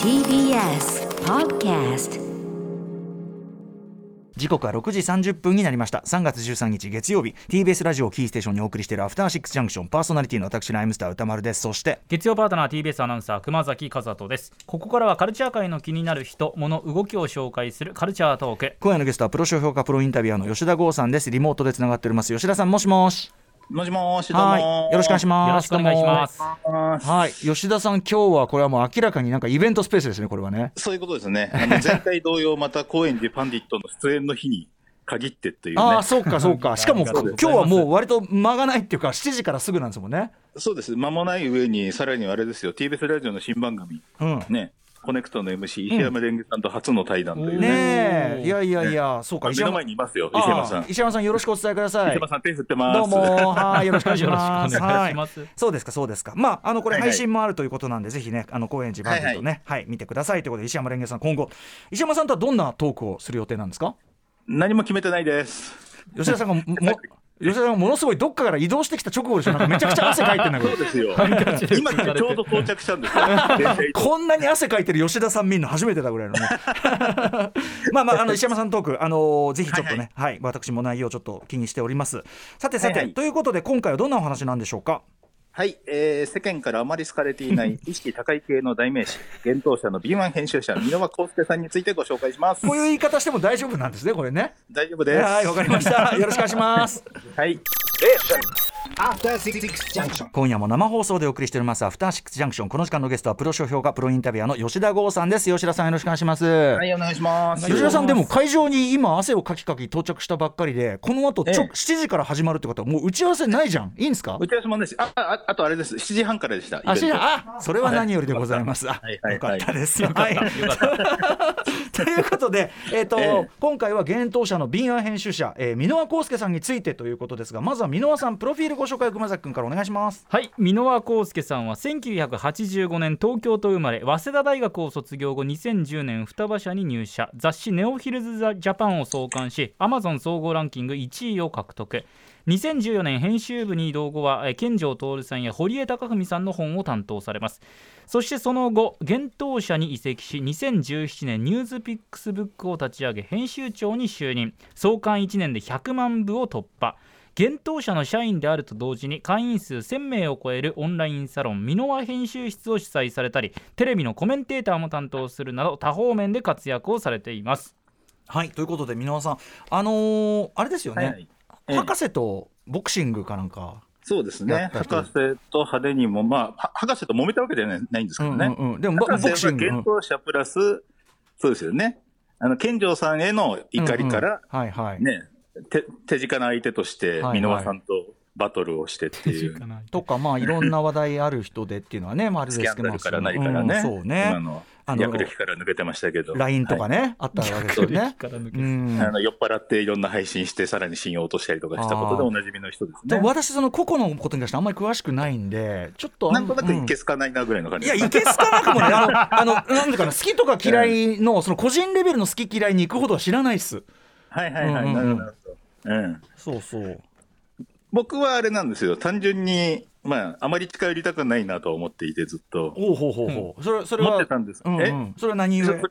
TBS Podcast 時刻は6時30分になりました3月13日月曜日 TBS ラジオをキーステーションにお送りしているアフターシックスジャンクションパーソナリティの私ライムスター歌丸ですそして月曜パートナー TBS アナウンサー熊崎和人ですここからはカルチャー界の気になる人物動きを紹介するカルチャートーク今夜のゲストはプロ書評価プロインタビュアーの吉田剛さんですリモートでつながっております吉田さんもしもしもしもし、どうもはいよろしくお願いしますよろしくお願いしますます。はい吉田さん今日はこれはもう明らかになんかイベントスペースですねこれはねそういうことですね。あの 前回同様、また高円寺パンディットの出演の日に限ってっていうあねあ。そうかそう かしかもありがとうござい今ます日はもう割と間がないっていうか7時からすぐなんですもんねそうです。間もない上に、さらにあれですよ、TBS ラジオの新番組、うんね、コネクトの MC、石山レンゲさんと初の対談というね。ねおえーいやいやいやそうか目の前にいますよ、石山さん。あー石石山さんよろしくお伝えください山さん、手振ってます。どうも、はい、よろしくお願いします。よろしくお願いしますはそうですか、そうですか。まあ、あの、これはいはい配信もあるということなんで、ぜひね、あの、高円寺バンドとね、はい、見てくださいということで、石山レンゲさん、今後。石山さんとはどんなトークをする予定なんですか。何も決めてないです。吉田さんが、も。吉田さんがものすごいどっかから移動してきた直後でしょなんかめちゃくちゃ汗かいてんだけ そうどですよ。チで今来てちょうど到着したん ですよ。電車移動こんなに汗かいてる吉田さん見るの初めてだぐらいのね まあまああの石山さんのトークあのーぜひちょっとねはい、私も内容ちょっと気にしておりますさてさて、はいはいということで今回はどんなお話なんでしょうかはい、えー世間からあまり好かれてい ない意識高い系の代名詞、幻冬舎の B1 編集者、箕輪康介さんについてご紹介しますこ。ういう言い方しても大丈夫なんですねこれね大丈夫です。はい、わかりま した。よろしくお願いします。はい。 After Six Junction. 今夜も生放送でお送りしております、アフターシックスジャンクション。この時間のゲストは、プロ書評価、プロインタビュアーの吉田剛さんです。吉田さん、よろしくお願いします。はい、お願いします。吉田さん、でも会場に今、汗をかきかき到着したばっかりで、この後ちょ、ええ7時から始まるってことは、もう打ち合わせないじゃん。いいんですか打ち合わせもです。あ、あ、あとあれです。7時半からでした。あイベントあそれは何よりでございます。あはいはいよかったです。はい。 ということで、えっとええ今回は幻冬舎の敏腕編集者、えー、箕輪康介さんについてということですが、まずは箕輪さんプロフィールご紹介を熊崎君からお願いします。はい箕輪康介さんは1985年東京都生まれ早稲田大学を卒業後2010年双葉社に入社雑誌「ネオヒルズ・ザ・ジャパン」を創刊しアマゾン総合ランキング1位を獲得2014年編集部に移動後はえー健城徹さんや堀江貴文さんの本を担当されますそしてその後幻冬社に移籍し2017年ニューズピックスブックを立ち上げ編集長に就任創刊1年で100万部を突破幻冬社の社員であると同時に会員数1000名を超えるオンラインサロン箕輪編集室を主催されたりテレビのコメンテーターも担当するなど多方面で活躍をされていますはい、ということで箕輪さん、あのーあれですよね、はい。ええ博士とボクシングかなんか、そうですやっ。ねたと博士と派手にも、まあ、は博士と揉めたわけではないないんですけうどんうね。んうん、でもボ博ボ士クシはング、うん幻冬舎プラス、そうですよね。あの、健城さんへの怒りから、うんうんはいはい、ね、手手近な相手として、はいはい箕輪さんとバトルをしてっていう。とかまあいろんな話題ある人でっていうのはね、まあ、あれでスすキけどャンダルからまあ何からね、うんそうね今のあの役力から抜けてましたけど、 LINE とはかね、あったわけですよね。うんいあの酔っ払っていろんな配信して、さらに信用を落としたりとかしたことでおなじみの人ですでねも。私その個々のことに関してあんまり詳しくないんでちょっとあなんとなくいけすかないなぐらいの感うんじいやですいけすかなくもねあのあのなんていうかな好きとか嫌いのその個人レベルの好き嫌いに行くほどは知らないっすはいはいはい、うんなうんうんるほどなるほどうんそうそう僕はあれなんですよ、単純に、まあ、あまり近寄りたくないなと思っていて、ずっと。おうほうほうほう、それそれは持ってたんですうんうんえそれは何え故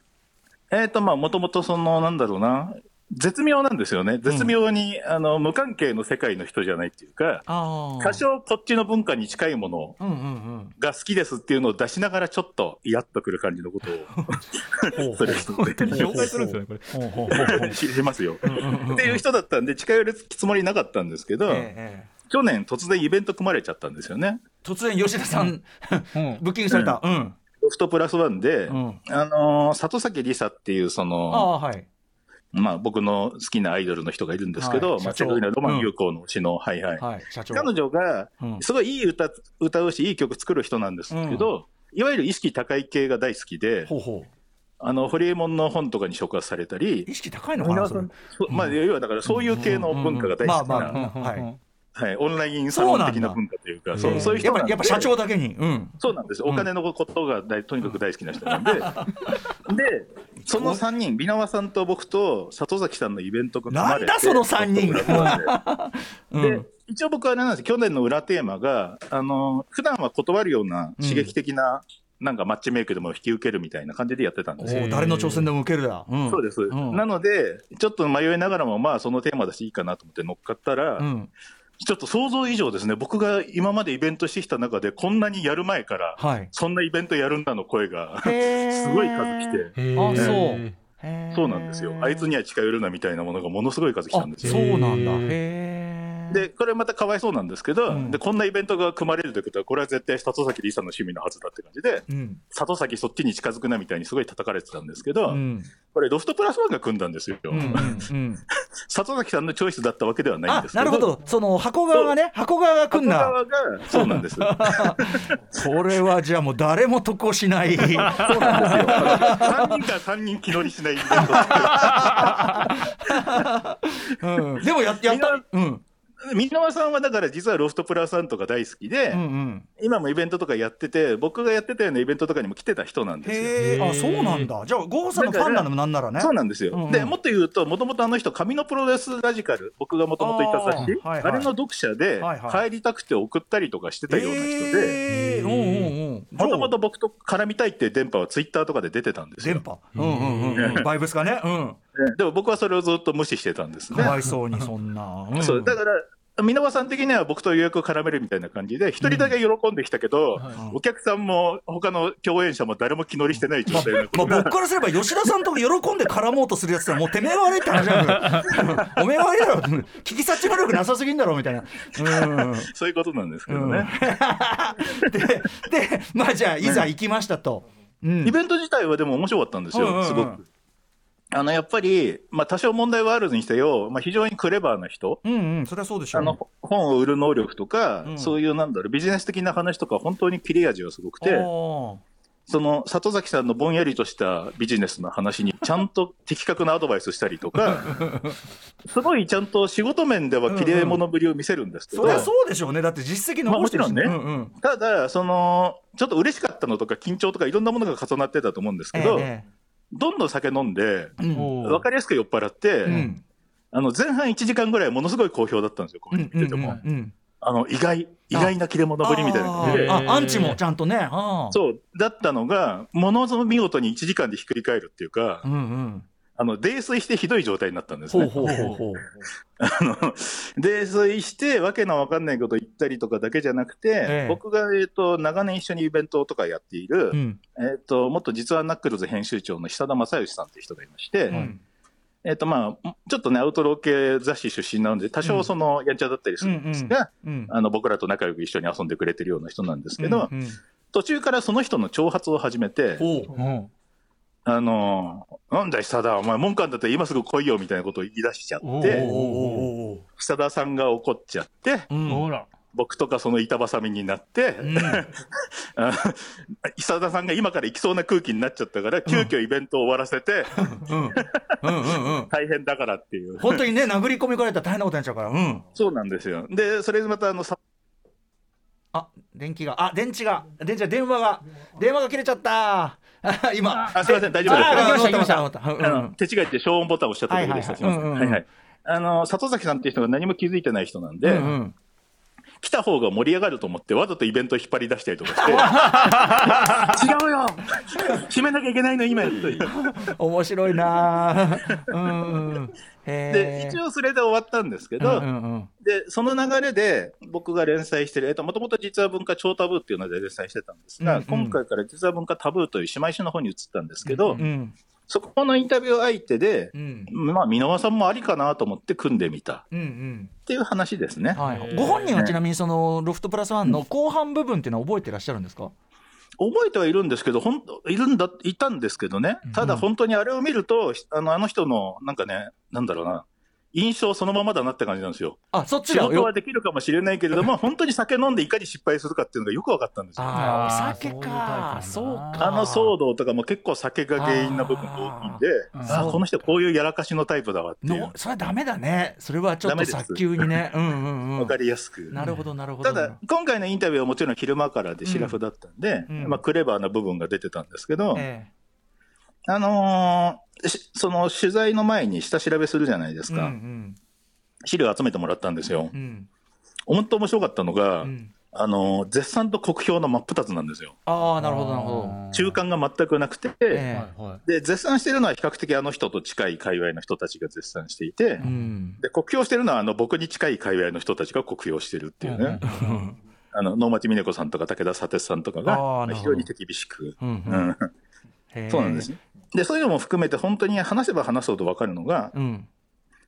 ーと、まあ、もともとその、なんだろうな、絶妙なんですよね、絶妙に、あの無関係の世界の人じゃないっていうか、ああ多少こっちの文化に近いものをうんうんが好きですっていうのを出しながらちょっとイラッとくる感じのことうん をする人で紹介するんですよねこほれうほうほうほうしますよ。うんうんうんうんっていう人だったんで近寄るつもりなかったんですけど、ええええ去年突然イベント組まれちゃったんですよね。突然吉田さんうんブッキングされたうんロフトプラスワンで、うんあのー里崎梨沙っていうそあのあはいまあ、僕の好きなアイドルの人がいるんですけど、はいまあ、社世長界のロマン友好の推しの、はいはい、はい社長彼女がうんすごいいい歌歌うしいい曲作る人なんですけど、いわゆる意識高い系が大好きでほうほあのホリエモンの本とかに触発されたりう意識高いのかなそれそうまあ、要はだからそういう系の文化が大好きうんうんうんまあまあな、はいはい、オンラインサロン的な文化というか、えそうえそういう人やっなぱんでやっぱ社長だけにうんそうなんですよ、うんお金のことが大とにかく大好きな人なんで、で、その3人、美縄さんと僕と里崎さんのイベントが組まれてなんだその三人うでん、一応僕はあれなんですよ去年の裏テーマが、あの普段は断るような刺激的ななんかマッチメイクでも引き受けるみたいな感じでやってたんですよ。おお誰の挑戦でも受けるだ、うん、そうです、うんなので、ちょっと迷いながらも、まあ、そのテーマだしいいかなと思って乗っかったら、うん、ちょっと想像以上ですね、僕が今までイベントしてきた中で、こんなにやる前から、はいそんなイベントやるんだの声が、すすごい数来て、あそうそうなんですよ、あいつには近寄るなみたいなものがものすごい数来たんですよ。あそうなんだへーへーで、これまたかわいそうなんですけど、うんでこんなイベントが組まれるということは、これは絶対里崎理さんの趣味のはずだって感じで、うん里崎そっちに近づくなみたいにすごい叩かれてたんですけうど、んこれ、ロフトプラスワンが組んだんですよ。うんうんうん 里崎さんのチョイスだったわけではないんあですけど。なるほどその箱側がね箱側が来んな箱側がそうな んです。そうこれはじゃあもう誰も得をしない なんですよ。三人か三人気乗りしないイベン ト。 うん、でもややったうん箕輪さんはだから実はロフトプラスさんとか大好きで、うんうん今もイベントとかやってて、僕がやってたようなイベントとかにも来てた人なんですよ。へえあそうなんだじゃあゴーさんのファンなのもなんならねそうなんですよ、うんうんでもっと言うと、もともとあの人、紙のプロレスラジカル、僕がもともといた雑誌あーはいはいあれの読者で、はいはい帰りたくて送ったりとかしてたような人で、えー、うんうんうんもともと僕と絡みたいって電波はツイッターとかで出てたんですよ電。波うんうんうんうんバイブスかねうんでも僕はそれをずっと無視してたんですねか。わいそうにそんな、うんそうだから箕輪さん的には僕と予約を絡めるみたいな感じで、一人だけ喜んできたけど、お客さんも他の共演者も誰も気乗りしてない状態のまあ、僕からすれば吉田さんと喜んで絡もうとするやつはもうてめえが悪いって話だからお めえが悪いだろ聞き察知能力なさすぎんだろみたいな。うんそういうことなんですけどね、 ででまあじゃあいざ行きましたと。うんイベント自体はでも面白かったんですよ、うんうんうんすごく。あのやっぱり、まあ、多少問題はあるにしてよ、まあ、非常にクレバーな人、うんうんそれはそうでしょあうねの。本を売る能力とか、うんそういうなんだろう、ビジネス的な話とか、本当に切れ味がすごくて、おーその里崎さんのぼんやりとしたビジネスの話にちゃんと的確なアドバイスしたりとか、すごいちゃんと仕事面では綺麗物ぶりを見せるんですけど、そりゃそうでしょうねだって実績残してるし、まあもちうろんうんただ、そのちょっと嬉しかったのとか、緊張とか、いろんなものが重なってたと思うんですけど、えどんどん酒飲んで、えええうんおー分かりやすく酔っ払って、うんあの前半1時間ぐらい、ものすごい好評だったんですよ、コうメンんトうん見てても。うんうんあの意外、意外な切れ物ぶりみたいな感じで。あーあアンチもちゃんとね。あーそうだったのが、ものぞ見事に1時間でひっくり返るっていうか、うんうん。あの泥酔してひどい状態になったんですほねう。ほうほうほう。 あの泥酔して、わけのわかんないこと言ったりとかだけじゃなくて、ええ僕が、えー、と長年一緒にイベントとかやっている、うんえー、と元実はナックルズ編集長の久田正義さんっていう人がいまして、うんえーとまあ、ちょっとね、アウトロー系雑誌出身なので、多少そのやんちゃだったりするんですが、うん。あの僕らと仲良く一緒に遊んでくれてるような人なんですけど、うんうん途中からその人の挑発を始めて、おううんあのなんだ、久田、お前、文官だったら今すぐ来いよみたいなことを言い出しちゃっおうて、おうおう久田さんが怒っちゃって。おう。うんほら僕とかその板挟みになって、うんあ久田さんが今から行きそうな空気になっちゃったから、急遽イベントを終わらせて、うんうんうんうん。大変だからっていう。本当にね、殴り込みられたら大変なことになっちゃうから。うん。そうなんですよ。で、それでまた、あの、さあ、電気が、あ、電池が、電池が、電話が、電話が切れちゃった。 あ今。あ、すいません、大丈夫ですあかー、できました来ました、で来ました。あうのん手違いって消音ボタンを押しちゃったところでした。はいすはみいませうんうん。んはいはい。あの、里崎さんっていう人が何も気づいてない人なんで、うんうん。来た方が盛り上がると思って、わざとイベントを引っ張り出したりとかし て、違うよ締めなきゃいけないの、今やっという面白いなー。うん。で、一応。応それで終わったんですけうど、んうんうん。で、その流れで、僕が連載してる、えっと、もともと実は文化超タブーっていうので連載してたんですうが、んうん今回から実は文化タブーという姉妹誌の方に移ったんですけど、うんそこのインタビュー相手で、うん。まあ、箕輪さんもありかなと思って組んでみたうんうん。っていう話ですね。はい。ご本人はちなみに、そのロフトプラスワンの後半部分っていうのは覚えてらっしゃるんですか。覚えてはいるんですけど、本当いるんだ、いたんですけどね、ただ本当にあれを見ると、あのあの人の、なんかね、なんだろうな、印象そのままだなって感じなんですよ。あ、そっち仕だ。事はできるかもしれないけれども、本当に酒飲んでいかに失敗するかっていうのがよく分かったんですよ。あーお酒そういうタかイプなんだなそうかあの騒動とかも結構酒が原因な部分が大きいんで、ああーーこの人こういうやらかしのタイプだわっていうの、それはダメだね。それはちょっと早急にね。うんうんうわんか。りやすく。なるほどなるほど。ただ、今回のインタビューはもちろん昼間からでシラフだったんで、うんうんまあ、クレバーな部分が出てたんですけど、えあのーしその取材の前に下調べするじゃないですえ、うんか、資料集めてもらったんですよ。うん本当面白かったのが、うんあの絶賛と酷評の真っ二つなんですよ。ああなるほどなるほど。中間が全くなくて、ええはいはいで絶賛してるのは比較的あの人と近い界隈の人たちが絶賛していて、うん。で酷評してるのはあの僕に近い界隈の人たちが酷評してるっていうね、うんあの能町みね子さんとか武田砂鉄さんとかあーながる非ほど常に手厳しく、ううんんそうなんです。ね。でそういうのも含めて本当に話せば話すほど分かるのが、うん。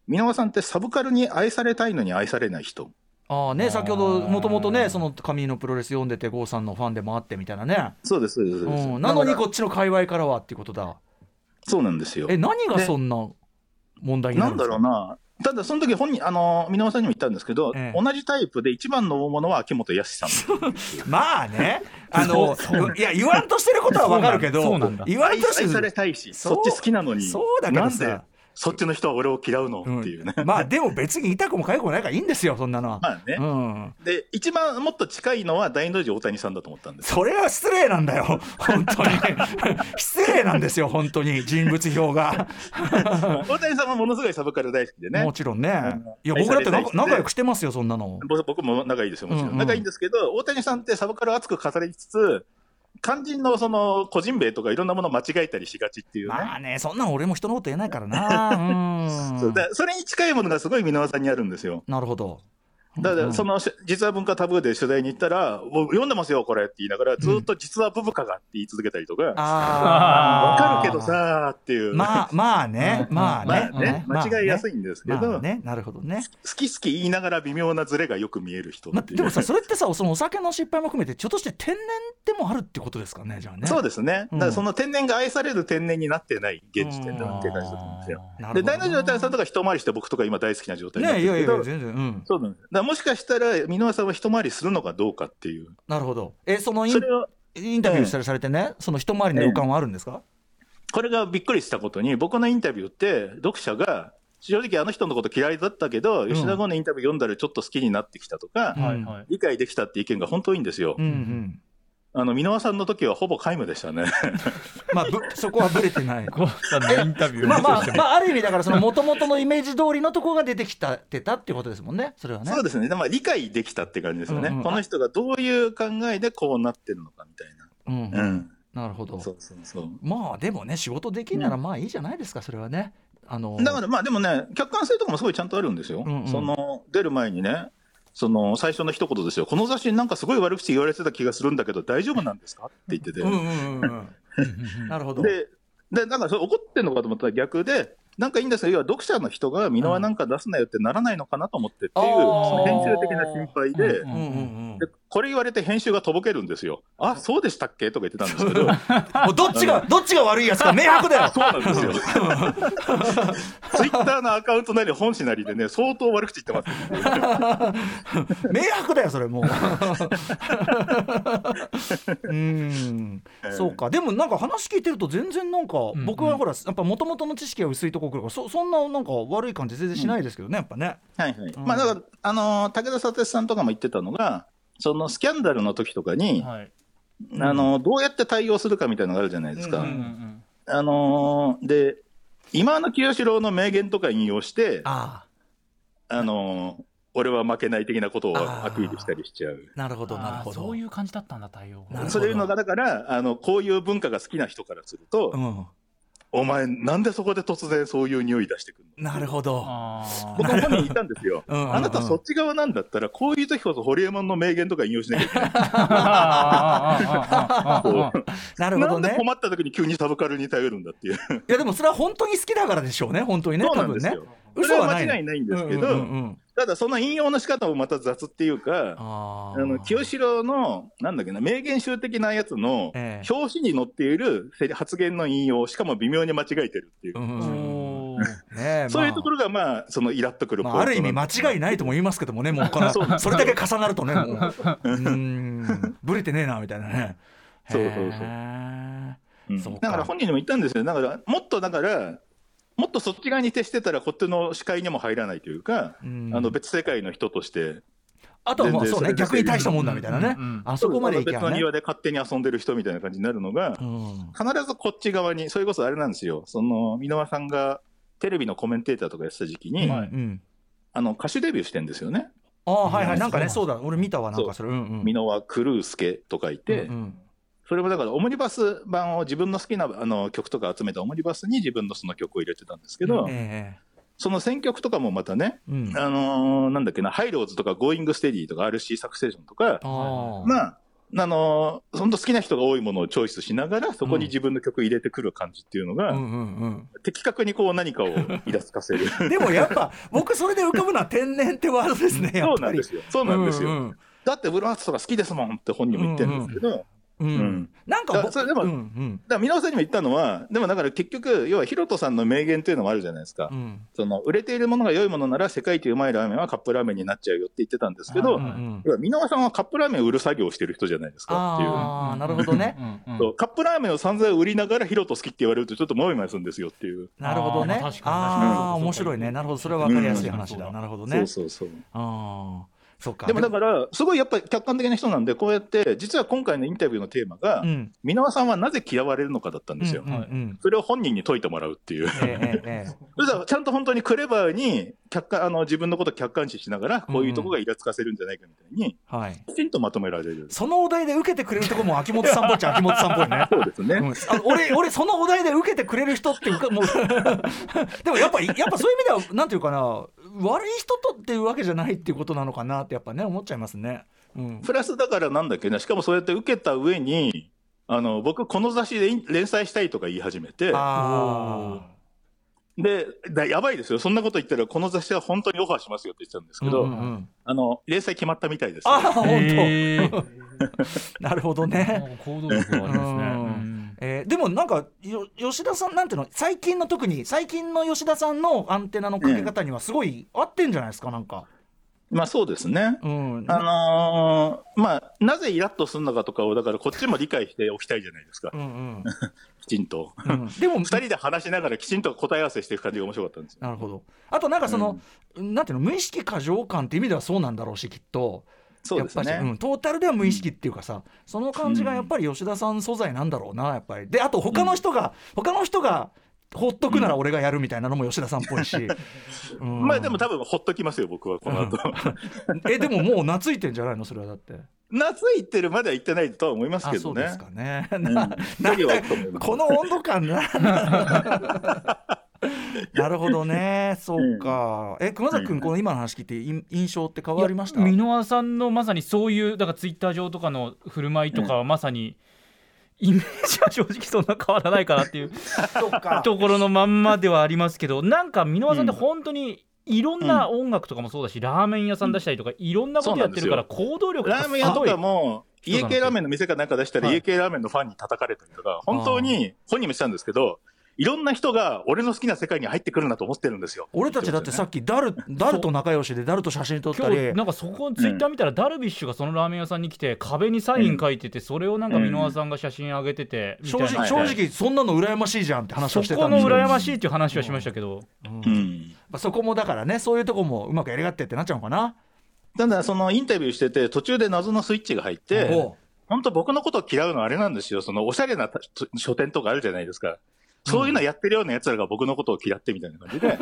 箕輪さんってサブカルに愛されたいのに愛されない人。ああね先ほどあーもともとねその紙のプロレス読んでて郷さんのファンでもあってみたいなね。そうです、そうです、そうですうん。なのにだかこっちの界隈からはっていうことだ。らそうなんですよ。え何がそんな問題にななるんんでだすろか。うな。ただ、その時本人、あの、箕輪さんにも言ったんですけど、ええ同じタイプで一番の大物は秋元康 さん。まあ ね。あのそうそういや言わんとしてることはわかるけどそうなんだ言わん愛として愛される。たいし、そうそっち好きなのに。そうだけどなんでさ、。そっちの人は俺を嫌うの、うんっていうね。まあでも別に痛くも痒くもないからいいんですよそんなのは。まあね、うん。で、一番もっと近いのは大の字大谷さんだと思ったんです。それは失礼なんだ よ、本当に。失礼なんですよ、本当に、人物評が。大谷さんはものすごいサブカル大好きでねも。ちろんね。いや、愛僕ださっれてた仲いですね仲良くしてますよ、そんなの。ぼ僕も仲いいですよ、もちろん。うんうん仲いいんですけど、大谷さんってサブカルを熱く語りつつ、肝心のその個人名とかいろんなものを間違えたりしがちっていうね。まあね、そんなん俺も人のこと言えないから な。うそうんだそれに近いものがすごい箕輪さんにあるんですよ。なるほど。だかうんら、その、し実は文化タブーで取材に行ったら、お読んでますよ、これって言いながら、ずっと実はブブカがって言い続けたりとか、あわーかるけど。さーっていう。まあ、まあね、うんまあまねあ。ね、間違いやすいんですけまあど、ね、なるほどね。好き好き言いながら微妙なズレがよく見える人まあ、っていう。でもさ、それってさ、そのお酒の失敗も含めて、ちょっとして天然でもあるってことですかね、じゃあね。そうですね。うんだからその天然が愛される天然になってない現時点ではって感じだと思うんですよ。なるで、ほど大なの字大谷さんとか一回りして僕とか今大好きな状態になってね、いるやいけやいどや、、全然、うん。そうなんです。だからもしかしたら、箕輪さんは一回りするのかどうかっていう。なるほど。え、そのインそれは、インタビューしたりされてね、その一回りの予感はあるんですか、これがびっくりしたことに、僕のインタビューって、読者が、正直あの人のこと嫌いだったけど、ん吉田剛のインタビュー読んだらちょっと好きになってきたとか、うんはいはい理解できたって意見が本当多いんですよ。うんうん。あの、箕輪さんの時はほぼ皆無でしたね。まあぶ、 そこはぶれてない。ゴーさんのインタビューまあま見あて、てまあ、ある意味だから、その元々のイメージ通りのところが出てきた、てたっていうことですもんね。それはね。そうですね。でまあ、理解できたって感じですよね、うんうんこの人がどういう考えでこうなってるのかみたいうん、な。うん。なるほど。そうそうそう。まあ、でもね、仕事できんなら、まあ、いいじゃないですか、それはね。あの。だからまあでもね、客観性とかもすごいちゃんとあるんですよ。うんうんその出る前にね、その最初の一言ですよ、この雑誌になんかすごい悪口言われてた気がするんだけど、大丈夫なんですかって言ってて、うんうんうんうん。 なるほど。でで、なんかそれ怒ってんのかと思ったら逆で、なんかいいんですよ、要は読者の人が、箕輪なんか出すなよってならないのかなと思ってってあいう、ーその編集的な心配で。うんうんうんうんで。これ言われて編集がとぼけるんですよ。あ、そうでしたっけとか言ってたんです けど、もうどっち が、どっちが悪いやつか明白だよ。そうなんですよ。 ツイッターのアカウントなり本誌なりでね、相当悪口言ってます。明白だよそれもうう ーん、ええそうかでもなんか話聞いてると全然なんか、んうん僕はほらやっぱ元々の知識が薄いとこ来るからそそんななんか悪い感じ全然しないですけどね、やっぱねはいはい。うんまあだから、あのー武田砂鉄さんとかも言ってたのが、そのスキャンダルの時とかに、はいあのーどうやって対応するかみたいなのがあるじゃないですか。うんうんあのーで、今の清志郎の名言とか引用して、あ、あのー俺は負けない的なことをあーアピールしたりしちゃう。あなるほどなるあほーどそういう感じだったんだ対応なるほどそういうのが、だから、あの、こういう文化が好きな人からすると、うん、お前、なんでそこで突然そういう匂い出してくるのなるほどあー僕も本人に言ったんですよ。うんうんうんあなたそっち側なんだったら、こういう時こそホリエモンの名言とか引用しなきゃいけない。あーなるほなどんでね困った時に急にサブカルに頼るんだっていう。いやでもそれは本当に好きだからでしょうね本当にね そう多なんで分すねよ。そ嘘れははない間違いないんですけうんうんど、うんうんただその引用の仕方もまた雑っていうか、ああーの清志郎の、なんだっけな、名言集的なやつのええ表紙に載っているせり発言の引用、しかも微妙に間違えてるっていうんう、あーうんうんおーねえそういうとまあころがまあ、そのイラっとくるポまインあ、トある意味な間んです違いないとも言いますけどもね、もうこのそうそれだけ重なるとね、も ううーん、ぶれてねえなみたいなね。そうそうそうへーうんそうかだから本人にも言ったんですよ。だから、もっとだから、もっとそっち側に徹してたら、こっちの視界にも入らないというか、うんあの別世界の人として、あとはまあ全然そうそね、れで逆に大したもんだみたいなねうんうんうん、あそこまでいけ別のばね。庭で勝手に遊んでる人みたいな感じになるのがう、ん必ずこっち側に、それこそあれなんですよ、その箕輪さんがテレビのコメンテーターとかやってた時期に、はいうんあの歌手デビューしてんですよね。ああはいはいなんかねそうだ俺見たわなんかそれうんうん箕輪クルースケと書いて、うんうんそれもだからオムニバス版を自分の好きなあの曲とか集めたオムニバスに自分のその曲を入れてたんですけど、えその選曲とかもまたね、えうんあのーなんだっけな、ハイローズとかゴーイングステディとか RC サクセーションとか、ああまあ、あのー、本当好きな人が多いものをチョイスしながら、そこに自分の曲入れてくる感じっていうのが、うんうん的確にこう何かをイラつかせる。うん、でもやっぱ僕それで浮かぶのは天然ってワードです ねや そっうなぱんでりすよ。そうなんですよ。うんうんだってブルーハーツとか好きですもんって本人も言ってるんですけど、うんうんなんかだそれでもうんうんだから皆さんにも言ったのは、でもだから結局、要はヒロトさんの名言というのもあるじゃないですか。うんその売れているものが良いものなら世界一うまいラーメンはカップラーメンになっちゃうよって言ってたんですけうど、うんんううん要は箕輪さんはカップラーメンを売る作業をしてる人じゃないですかっていう。ああなるほどねうんうんそうカップラーメンを散々売りながらヒロト好きって言われるとちょっともやもやするんですよっていう。なるほどねあーまあ確かに確かにああ面白いねなるほどそれは分かりやすい話だうんなるほどそねうそうそう。ああそうかでもだから、すごいやっぱり客観的な人なんで、こうやって、実は今回のインタビューのテーマがう、ん箕輪さんはなぜ嫌われるのかだったんですよ。うんうんうんそれを本人に解いてもらうっていう。ええええええそれだからちゃんと本当にクレバーに客観あの自分のことを客観視しながら、こういうとこがイラつかせるんじゃないかみたいに、はいきちんとまとめられる。そのお題で受けてくれるとこも秋元さんっぽいっちゃ秋元さんっぽいねそうですね。うんあ俺、俺、そのお題で受けてくれる人っていうか、 もう、でもやっぱ、やっぱそういう意味では、なんていうかな、悪い人とっていうわけじゃないっていうことなのかなって、やっぱね、思っちゃいますね。うん、プラスだからなんだっけな、しかもそうやって受けた上に、あの僕、この雑誌でい連載したいとか言い始めて、あでだやばいですよ、そんなこと言ったら、この雑誌は本当にオファーしますよって言ってたんですあ、けど、うんうんうんあの連載決まったみたいです。あー、本当、へーなるほどなね。んか行動力がありますね。うんうんえーでもなんかよ吉田さんなんていうの最近の特に最近の吉田さんのアンテナのかけ方にはすごい合ってんじゃないですかなんか、まあそうですね。うん、あのーまあ、なぜイラッとするのかとかを、だからこっちも理解しておきたいじゃないですかう、んきちんと。うんうん、でも二人で話しながらきちんと答え合わせしていく感じが面白かったんですよ。なるほどあとなんかその、なんていうの無意識過剰感って意味ではそうなんだろうしきっとそうですやっぱりうね。ん、トータルでは無意識っていうかさ、その感じがやっぱり吉田さん素材なんだろうなやっぱりであと他の人が、他の人がほっとくなら俺がやるみたいなのも吉田さんっぽいし、うんまあでも多分ほっときますよ、僕はこの後。えでももう懐いてんじゃないのそれはだって 夏行ってるまでは行ってないとは思いますあけそどうですね。かね、うなんなん距離はあだると思い ますこの温度感ななるほどねそうか、え熊崎君この今の話聞いてい印象って変わりました箕輪さんのまさにそういうだからツイッター上とかの振る舞いとかはまさに、イメージは 正直そんな変わらないかなっていうそうかところのまんまではありますけどなんか箕輪さんって本当にいろんな音楽とかもそうだし、ラーメン屋さん出したりとかいろんなことやってるから行動力がラすーごメンい屋とかも、人家だな系ラーメンの店かなんか出したらはい家系ラーメンのファンに叩かれたりとか、本当に本人もしたんですけど、いろんな人が俺の好きな世界に入ってくるなと思ってるんですよ。俺たちだってさっきダルダルと仲良しでダルと写真撮った今り日なんかそこツイッター見たらダルビッシュがそのラーメン屋さんに来て壁にサイン書いててそれをなんか箕輪さんが写真上げててみた正いな、直,、はい正直そんなの羨ましいじゃんって話そをしてこたんでのすよ羨ましいっていう話はしましたけど、ううんまんあそこもだからねそういうとこもうまくやりがってってなっちゃうのかな、ただ、そのインタビューしてて、途中で謎のスイッチが入って、お本当僕のことを嫌うのはあれなんですよ。そのおしゃれなたと書店とかあるじゃないですか。そういうのやってるような奴らが僕のことを嫌ってみたいな感じ で。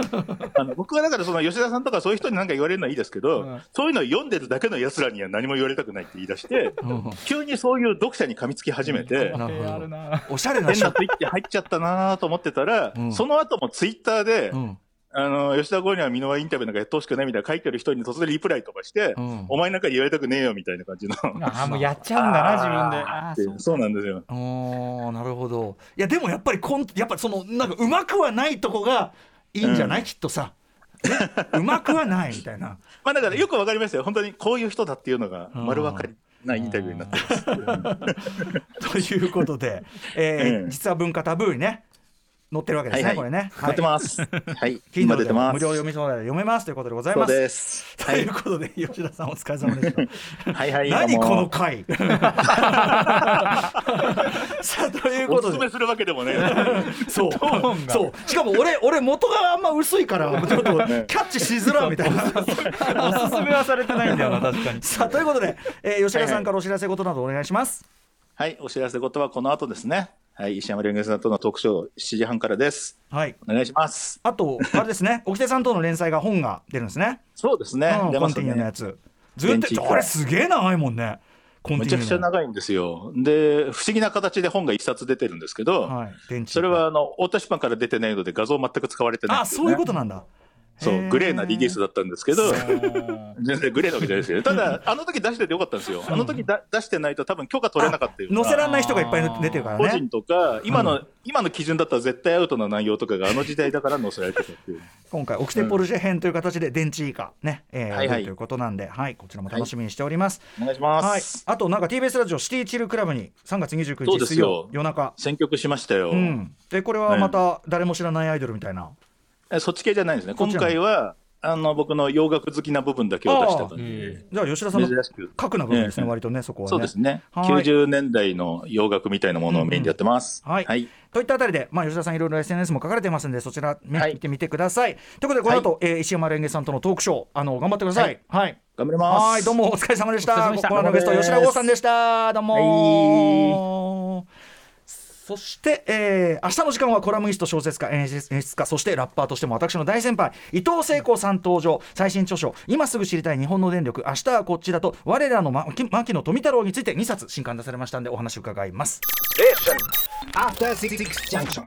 あの僕はだからその吉田さんとかそういう人に何か言われるのはいいですけど、うんそういうのを読んでるだけの奴らには何も言われたくないって言い 出して、ううん急にそういう読者に噛みつき始めて、なるほどあるなおしゃれな変人なツイッチ入っちゃったなーと思ってたら、うんその後もツイッターで、うんあの、吉田剛には見のインタビューなんかやってほしくないみたいな書いてる人に突然リプライとかして、うんお前なんか言われたくねえよみたいな感じの。あーもうやっちゃうんだな自分であーそうそうなんですよ。おーなるほどいやでもやっぱりこんやっぱそのなんかうまくはないとこがいいんじゃない、きっとさ、ね、うまくはないみたい なまあだからよくわかりましたよ。本当にこういう人だっていうのが丸分かりなインタビューになってます。ということで、えーうん実は文化タブーにね載ってるわけですね、はいはいこれね。載ってます。はい。今 Kindle 出でてもま無す。料読み放題で読めますということでございそまうす。です。ということで、吉田さんお疲れ様でした。はい はい。何どうもこの回 さあというこおすすとでめするわけでも ね。はそうーンがそうしかも俺俺元があんま薄い からちょっとねキャッチしづらみたいな。おすすめはされてないんだよ な確かにさあということで、えー吉田さんからお知らせことなどお願いします。い。お知らせことはこの後ですね。はい。石山龍之さんとの特集7時半からです。はいお願いします。あと、あれですね、沖手さんとの連載が本が出るんですね、そうですねうん。出コまンすティニューのやね。つ。ずっ電池一と個あれすげえ長いもんねコンティめニちューゃくちゃ長いんですよ。で、不思議な形で本が一冊出てるんですけど、はい、電池それはあの太田出版から出てないので画像全く使われてないんあですよそうね、いうことなんだそうへーグレーなリリースだったんですけど、 全然グレーなわけじゃないですけど、ただ、あの時出しててよかったんですよ。あの時だ出してないと多分許可取れなかったような載せらんない人がいっぱい出てるから個ね人とか、今の、今の基準だったら絶対アウトな内容とかがあの時代だから載せられてたっていう。今回オキテポルシェ編という形で電池以下ね、えーはいはい出るということなんで、はい、こちらも楽しみにしております、お願いします。はい、あとなんか TBS ラジオシティチルクラブに3月29そう日です水曜よ夜中選曲しましたよ、うん、でこれはまた誰も知らないアイドルみたいな、えそっち系じゃないんですね。そっ今ちなの回は、あの、僕の洋楽好きな部分だけを出してたんで、えじゃあ吉田さんの珍しく。核な部分ですね、ええ割とねそこはね。そうですね。はい90年代の洋楽みたいなものをメインでやってます。うんうんはいはい。といったあたりで、まあ、吉田さんいろいろ SNS も書かれてますんでそちら、ねはい見てみてください。ということでこの後、えー石山レンゲさんとのトークショーあの頑張ってください。はい頑張ります。はいどうもお疲れ様でしお疲れた。様でしたここまでのゲスト吉田剛さんでした。どうも。そして、えー明日の時間はコラムニスト小説家演出演出家そしてラッパーとしても私の大先輩伊藤聖子さん登場最新著書「今すぐ知りたい日本の電力明日はこっちだと我らの牧牧野富太郎」について2冊新刊出されましたんでお話伺います。 After Six Junction.